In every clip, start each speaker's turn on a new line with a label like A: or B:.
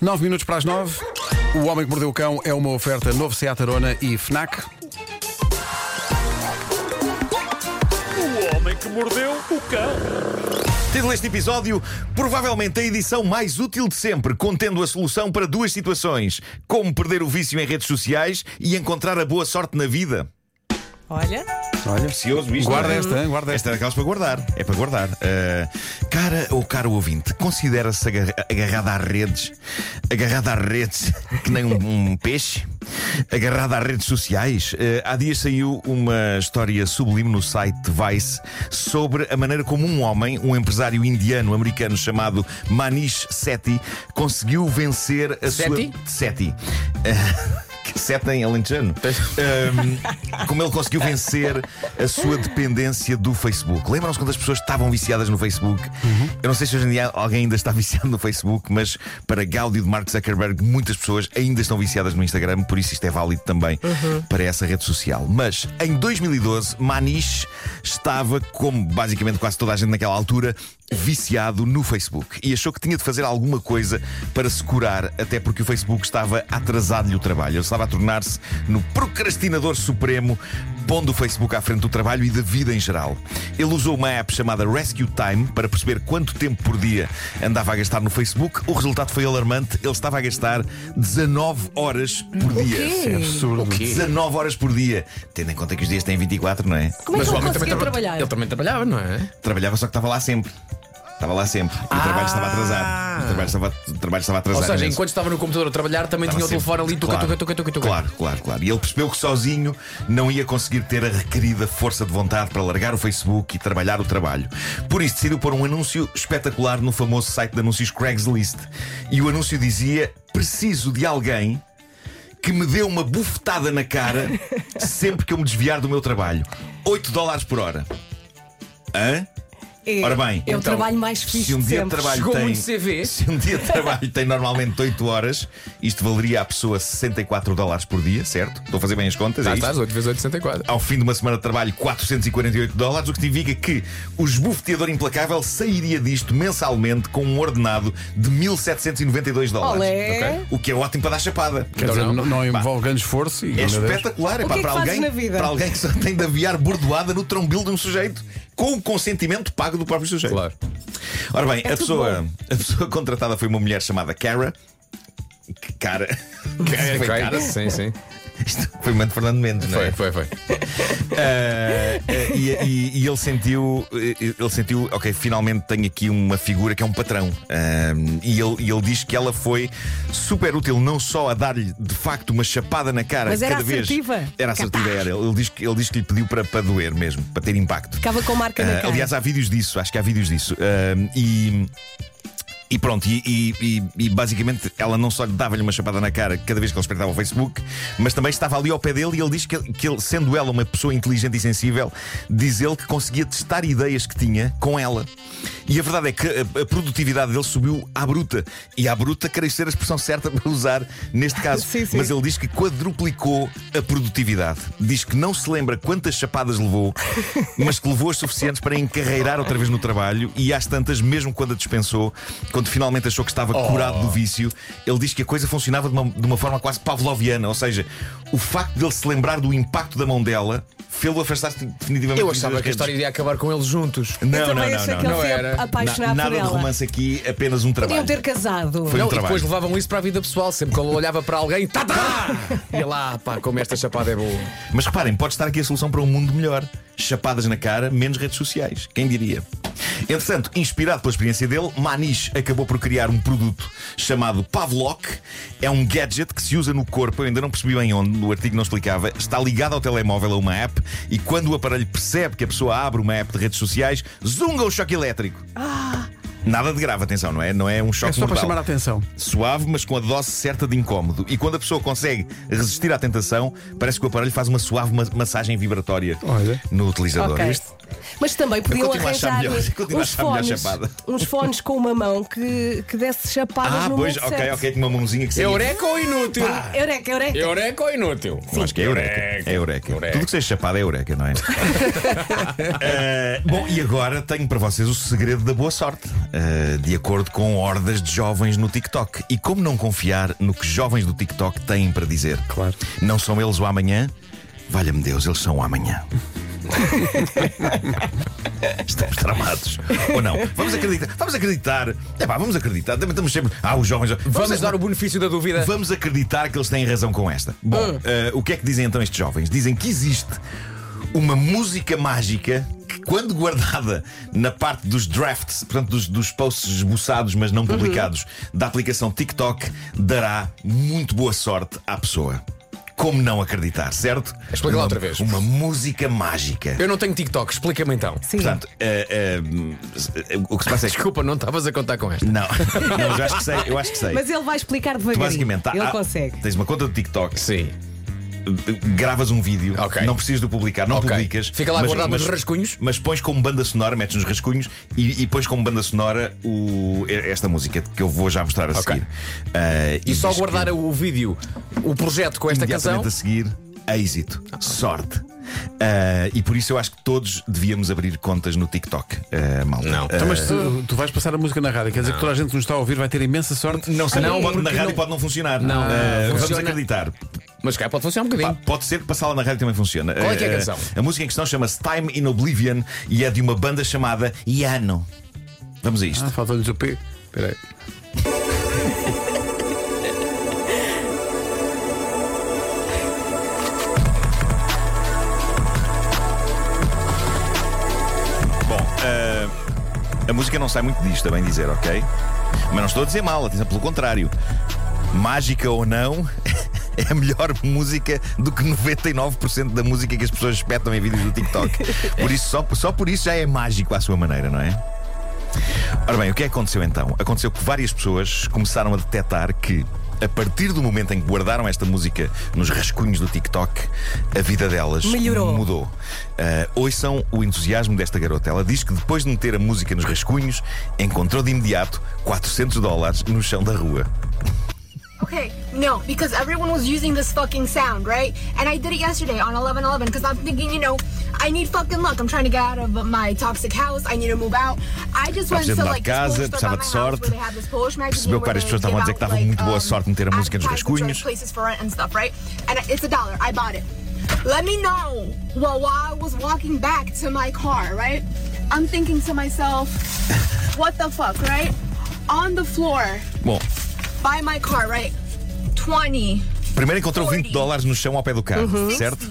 A: 9 minutos para as 9. O Homem que Mordeu o Cão é uma oferta novo Seat Arona e Fnac.
B: O homem que mordeu o cão.
C: Título deste episódio: provavelmente a edição mais útil de sempre, contendo a solução para duas situações: como perder o vício em redes sociais e encontrar a boa sorte na vida.
D: Olha,
A: Olha,
C: Precioso isto.
A: guarda
C: não é?
A: esta, hein? guarda
C: Esta é
A: esta.
C: daquelas para guardar, é para guardar. Ah, cara ou caro ouvinte, considera-se agar- agarrado às redes, agarrado às redes que nem um, um peixe, agarrado às redes sociais. Ah, há dias saiu uma história sublime no site Vice sobre a maneira como um homem, um empresário indiano-americano chamado Manish Sethi, conseguiu vencer a
E: Sethi?
C: sua. Sethi. Ah, Sete em alentejano. Ahm, como ele conseguiu vencer a sua dependência do Facebook. Lembram-se quando as pessoas estavam viciadas no Facebook? Eu não sei se hoje em dia alguém ainda está viciado no Facebook, mas para Gaudio de Mark Zuckerberg, muitas pessoas ainda estão viciadas no Instagram, por isso isto é válido também para essa rede social. Mas em 2012, Manish estava, como basicamente quase toda a gente naquela altura, viciado no Facebook e achou que tinha de fazer alguma coisa para se curar, até porque o Facebook estava a atrasar-lhe o trabalho. Ele estava a tornar-se no procrastinador supremo, pondo o Facebook à frente do trabalho e da vida em geral. Ele usou uma app chamada Rescue Time para perceber quanto tempo por dia andava a gastar no Facebook. O resultado foi alarmante. Ele estava a gastar 19 horas por dia. É
A: Absurdo.
C: 19 horas por dia, tendo em conta que os dias têm 24, não é?
D: como é que
E: o
D: ele
E: homem
D: conseguiu
E: traba-
D: trabalhar?
E: Ele também trabalhava, não é?
C: Trabalhava, só que estava lá sempre. Estava lá sempre. E o trabalho estava atrasado. O trabalho estava, o trabalho estava atrasado.
E: Ah! Ou seja,
C: imenso.
E: enquanto estava no computador a trabalhar, também
C: Estava
E: tinha o
C: sempre-
E: telefone ali, tuca,
C: claro,
E: tuca, tuca, tuca, tuca.
C: Claro, claro, claro. E ele percebeu que sozinho não ia conseguir ter a requerida força de vontade para largar o Facebook e trabalhar o trabalho. Por isso decidiu pôr um anúncio espetacular no famoso site de anúncios Craigslist. E o anúncio dizia: Preciso de alguém que me deu uma bufetada na cara sempre que eu me desviar do meu trabalho. 8 dólares por hora. Hã?
D: é,
C: Ora bem,
D: é o
C: então,
D: trabalho mais fixe
C: se um
D: de
C: dia de
D: sempre.
C: trabalho
E: Chegou
C: tem
E: muito CV.
C: se um dia de trabalho tem normalmente 8 horas isto valeria à pessoa 64 dólares por dia certo estou a fazer bem as contas
E: Lá
C: é isto?
E: estás, 8 tá, vezes 8, 64.
C: ao fim de uma semana de trabalho 448 dólares, o que significa que o esbufeteador implacável sairia disto mensalmente com um ordenado de 1792 dólares.
D: Olé.
C: Ok? O que é ótimo para dar chapada.
A: Quer dizer,
E: Então
A: não, não envolve grande esforço e
C: É
A: olha, Deus.
C: espetacular,
D: O
C: pá,
D: que é que
C: para,
D: fazes
C: alguém,
D: na vida?
C: para alguém que só tem de aviar bordoada no trombilo de um sujeito com o consentimento pago do próprio sujeito.
E: Claro.
C: Ora bem, a,
D: É tudo
C: pessoa, a pessoa contratada foi uma mulher chamada Cara. Que Cara. Cara, foi, cara.
E: É, sim, sim.
C: Isto foi muito Fernando Mendes, não é?
E: Foi, foi, foi.
C: Ah, e, e- e ele sentiu, eh, ele sentiu, ok, finalmente tenho aqui uma figura que é um patrão. Ah, e, ele, e ele diz que ela foi super útil, não só a dar-lhe de facto uma chapada na cara
D: Mas era
C: cada vez.
D: assertiva.
C: Era assertiva, era. Ele, ele diz, que- ele diz que lhe pediu para, para doer mesmo, para ter impacto.
D: Ficava com marca na
C: Ah,
D: cara.
C: aliás, há vídeos disso, acho que há vídeos disso. Ah, e. E pronto, e, e- e- e basicamente ela não só lhe dava-lhe uma chapada na cara cada vez que ele espreitava o Facebook, mas também estava ali ao pé dele e ele diz que, que ele, sendo ela uma pessoa inteligente e sensível, diz ele que conseguia testar ideias que tinha com ela. E a verdade é que a, a produtividade dele subiu à bruta. E à bruta, queria ser a expressão certa para usar neste caso.
D: Sim, sim.
C: Mas ele diz que quadruplicou a produtividade. Diz que não se lembra quantas chapadas levou, mas que levou as suficientes para encarreirar outra vez no trabalho e às tantas, mesmo quando a dispensou, quando finalmente achou que estava curado
E: Oh.
C: do vício, ele diz que a coisa funcionava de uma, de uma forma quase pavloviana. Ou seja, o facto de ele se lembrar do impacto da mão dela fê-lo afastar-se definitivamente
E: Eu
C: das
E: achava
C: redes.
E: que a história iria acabar com eles juntos.
C: Não,
D: Eu também
C: não,
D: achei
C: não,
D: que
C: não.
D: ele foi
E: era.
D: ap- apaixonado
C: nada
D: por
C: de
D: ela.
C: romance aqui, apenas um trabalho.
D: Podiam ter casado.
C: Foi um
E: Não, e
C: trabalho.
E: depois levavam isso para a vida pessoal, sempre que ele olhava para alguém, tá, tá! E lá, pá, como esta chapada é boa.
C: Mas reparem, pode estar aqui a solução para um mundo melhor. Chapadas na cara, menos redes sociais. Quem diria? Entretanto, inspirado pela experiência dele, Manish acabou por criar um produto chamado Pavlok. É um gadget que se usa no corpo, eu ainda não percebi bem onde, no artigo não explicava. Está ligado ao telemóvel a uma app e quando o aparelho percebe que a pessoa abre uma app de redes sociais, zunga o choque elétrico. Nada de grave, atenção, não é? Não é um choque
A: É só para
C: mortal.
A: chamar a atenção.
C: Suave, mas com a dose certa de incómodo. E quando a pessoa consegue resistir à tentação, parece que o aparelho faz uma suave ma- massagem vibratória
A: Olha.
C: no utilizador.
D: Ok.
C: Isto-
F: Mas também podiam
C: continuo a achar
F: arranjar
C: melhor, eu continuo a
F: uns
C: achar melhor
F: fones,
C: chapada.
F: uns fones com uma mão que, que desse chapadas
C: Ah,
F: no
C: pois,
F: momento
C: ok,
F: certo.
C: ok, tinha uma mãozinha que saiu.
E: Eureka ou inútil?
F: Eureka, eureka.
E: Eureka ou inútil?
C: Eu Acho que é eureka. É eureka. Tudo que seja chapado é eureka, não é? Eh, bom, e agora tenho para vocês o segredo da boa sorte. Eh, de acordo com hordas de jovens no TikTok. E como não confiar no que jovens do TikTok têm para dizer? Claro. Não são eles o amanhã? Valha-me Deus, eles são o amanhã. Estamos tramados. Ou não? Vamos acreditar. Vamos acreditar. Epá, vamos acreditar. Também Estamos sempre. Ah, os jovens.
E: Vamos,
C: Vamos
E: dar o benefício da dúvida.
C: Vamos acreditar que eles têm razão com esta. Bom,
D: Hum.
C: eh, o que é que dizem então estes jovens? Dizem que existe uma música mágica que, quando guardada na parte dos drafts, portanto, dos, dos posts esboçados, mas
D: Uhum.
C: não publicados, da aplicação TikTok, dará muito boa sorte à pessoa. Como não acreditar, certo?
E: Explica
C: Uma-
E: lá outra vez.
C: Uma música mágica.
E: Eu não tenho TikTok, explica-me então.
D: Sim.
C: Portanto, eh, eh, o que se passa é que.
E: Desculpa, não estavas a contar com esta.
C: Não, não, mas eu acho que sei, eu acho que sei.
D: Mas ele vai explicar
C: Tu,
D: devagarinho.
C: é. basicamente,
D: ele
C: há-
D: consegue.
C: tens uma conta do TikTok,
E: Sim.
C: gravas um vídeo,
E: Ok.
C: não precisas de o publicar, não
E: Ok.
C: publicas.
E: Fica lá guardado nos rascunhos.
C: Mas pões como banda sonora, metes nos rascunhos e, e pões como banda sonora o- esta música que eu vou já mostrar a
E: Ok.
C: seguir. Ah,
E: E só
C: diz que
E: guardar o vídeo, o projeto com esta
C: imediatamente
E: canção.
C: a seguir, êxito, sorte. Ah, e por isso eu acho que todos devíamos abrir contas no TikTok, ah, malta.
E: Não.
C: Ah,
A: Então, mas tu, tu vais passar a música na rádio, quer dizer que toda a gente que nos está a ouvir vai ter imensa sorte.
C: não sei,
E: Não,
C: pode, na
E: porque
C: rádio
E: não-
C: pode não funcionar.
E: Não,
C: Ah,
E: não
C: Vamos
E: funciona.
C: acreditar.
E: Mas cá pode funcionar um
C: Pá,
E: bocadinho.
C: Ah, pode ser que passá-la na rádio também funciona.
E: Qual é que é a
C: Eh,
E: canção?
C: A música em questão chama-se Time in Oblivion e é de uma banda chamada Iano. Vamos a isto.
A: Ah, falta-lhes o P. Peraí.
C: Bom, eh, a música não sai muito disto, a bem dizer, ok? Mas não estou a dizer mal, atenção, pelo contrário. Mágica ou não, é a melhor música do que 99% da música que as pessoas espetam em vídeos do TikTok. Por isso, só, só por isso já é mágico à sua maneira, não é? Ora bem, o que é que aconteceu então? Aconteceu que várias pessoas começaram a detectar que, a partir do momento em que guardaram esta música nos rascunhos do TikTok, a vida delas
D: Melhorou.
C: mudou. Ah, ouçam o entusiasmo desta garota. Ela diz que depois de meter a música nos rascunhos, encontrou de imediato 400 dólares no chão da rua.
G: Okay, no, because everyone was using this fucking sound, right? And I did it yesterday on 1111 because I'm thinking, you know, I need fucking luck. I'm trying to get out of my toxic house. I need to move out. I just went
C: Precisava
G: to
C: de
G: like
C: dar
G: this
C: casa,
G: Polish
C: precisava de
G: store by my
C: sorte.
G: house where they have this Polish magazine
C: Percebeu que
G: where
C: várias
G: they
C: pessoas estavam a dizer
G: give
C: que
G: out,
C: estavam muito
G: like,
C: boa
G: um,
C: sorte em meter a música nos
G: advertisements or
C: rascunhos.
G: places for rent and stuff, right? And it's a dollar. I bought it. Let me know. Well, while I was walking back to my car, right? I'm thinking to myself, what the fuck, right? On the floor,
C: Bom,
G: by my car, right? 20.
C: primeiro encontrou 20
G: 40.
C: dólares no chão ao pé do carro, certo?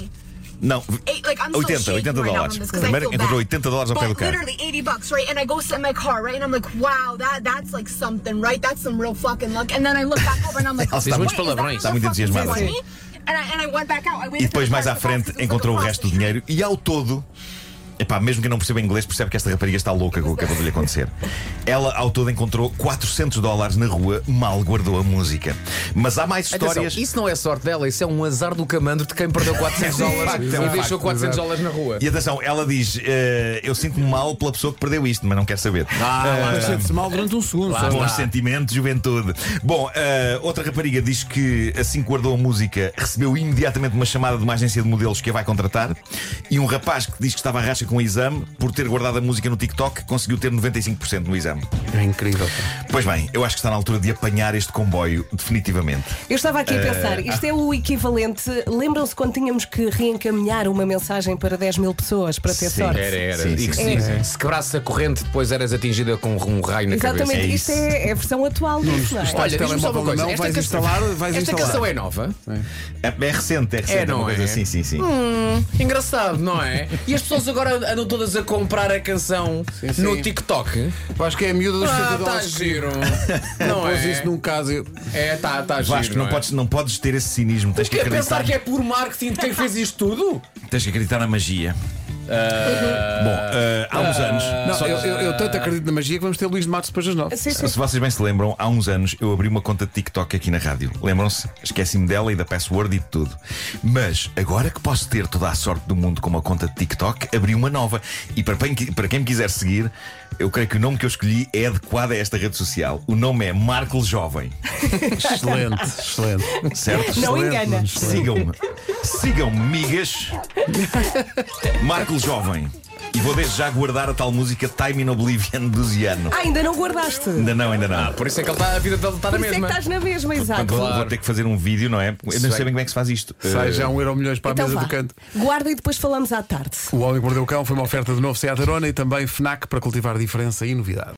C: Não,
G: Eight- like, I'm so
C: 80,
G: shaking
C: 80
G: right now
C: dólares.
G: from this 'cause I
C: Primeiro
G: feel
C: encontrou
G: bad.
C: 80 dólares ao pé do
G: But
C: carro.
G: Literally 80 bucks, right? And I go sit in my car, right? And I'm like, wow, that that's like something, right? That's some real fucking luck. And then I look back over and I'm like,
C: Ela está
G: wait,
C: muito
G: is that
E: palavrões.
G: real
C: Está muito
G: fucking
C: entusiasmada,
G: money?
C: sim.
G: And I, and I went back out. I
C: E
G: waited for
C: depois,
G: the
C: mais
G: car
C: à
G: to pass
C: frente,
G: because it was, like,
C: encontrou o
G: across
C: resto
G: the
C: do
G: street.
C: dinheiro e ao todo. Epá, mesmo que não perceba inglês, percebe que esta rapariga está louca com o que acabou de lhe acontecer. Ela, ao todo, encontrou 400 dólares na rua, mal guardou a música. Mas há mais
E: Atenção,
C: histórias.
E: isso não é sorte dela, isso é um azar do camando de quem perdeu 400
C: facto, é
E: dólares
C: um
E: e
C: facto,
E: deixou 400 dólares na rua.
C: E atenção, ela diz: eh, Eu sinto-me mal pela pessoa que perdeu isto, mas não quer saber.
E: Ah,
A: Mas sente-se mal durante um segundo. só.
C: Bons sentimentos, juventude. Bom, eh, outra rapariga diz que assim que guardou a música, recebeu imediatamente uma chamada de uma agência de modelos que a vai contratar. E um rapaz que diz que estava a racha com o exame, por ter guardado a música no TikTok, conseguiu ter 95% no exame.
A: É incrível.
C: Pois bem, eu acho que está na altura de apanhar este comboio, definitivamente.
D: Eu estava aqui
C: Eh,
D: a pensar, isto é o equivalente. Lembram-se quando tínhamos que reencaminhar uma mensagem para 10 mil pessoas para ter
C: Sim. É.
D: sorte?
E: Era, era.
C: Sim,
E: E que
C: sim,
E: se- Se quebrasse a corrente, depois eras atingida com um raio na
D: Exatamente,
E: cabeça.
C: É isso.
D: isto é, é a versão atual disso, não é?
E: Olha,
A: Telemóvel
E: diz-me só uma
A: na
E: coisa.
A: mão,
E: esta
A: vais
E: canção-
A: instalar, vais
E: esta
A: instalar.
E: canção é nova?
C: É, é recente, é recente.
E: É, não
C: uma coisa
E: é?
C: assim, sim, sim.
E: Engraçado, não é? E as pessoas agora andam todas a comprar a canção
A: sim.
E: no TikTok.
A: Eu Acho que é a miúda dos 70
E: Ah, tá
A: dólares.
E: giro. Não
A: Pôs
E: é?
A: isso num caso. eu-
E: É, tá, tá giro.
C: Vasco, não,
E: é?
C: podes, não podes ter esse cinismo. Tens que,
E: Quer
C: acreditar,
E: pensar que é por marketing de quem fez isto tudo?
C: tens que acreditar na magia. Bom, eh, há
E: Ah,
C: uns anos.
A: Não,
C: só- Ah.
A: eu, eu- eu tanto acredito na magia que vamos ter Luís de Matos depois das nove.
D: Ah, Sim, sim.
C: Se vocês bem se lembram, há uns anos eu abri uma conta de TikTok aqui na rádio. Lembram-se? Esqueci-me dela e da password e de tudo. Mas agora que posso ter toda a sorte do mundo com uma conta de TikTok, abri uma nova. E para quem, para quem me quiser seguir, eu creio que o nome que eu escolhi é adequado a esta rede social. O nome é Marco Jovem,
A: Excelente, excelente.
C: certo?
D: Não
A: Excelente,
D: engana.
A: Luís, excelente.
C: Sigam-me. Sigam-me, migas. Marco Jovem. E vou desde já guardar a tal música Time in Oblivion do Ziano.
D: Ah, ainda não guardaste.
C: Ainda não, ainda não.
E: Por isso tá é que ele está, a vida dele está na
D: Por isso é que
E: mesma.
D: estás na mesma, exato.
C: Portanto, vou-
E: Claro.
C: vou ter que fazer um vídeo, não é? Eu não
E: Sei.
C: sei bem como é que se faz isto.
A: Sai
C: Eh,
A: já um euro milhões para a
D: Então
A: mesa
D: vá.
A: do canto.
D: Guarda e depois falamos à tarde.
A: O Homem que Mordeu o Cão foi uma oferta de novo Seat Arona e também FNAC para cultivar diferença e novidade.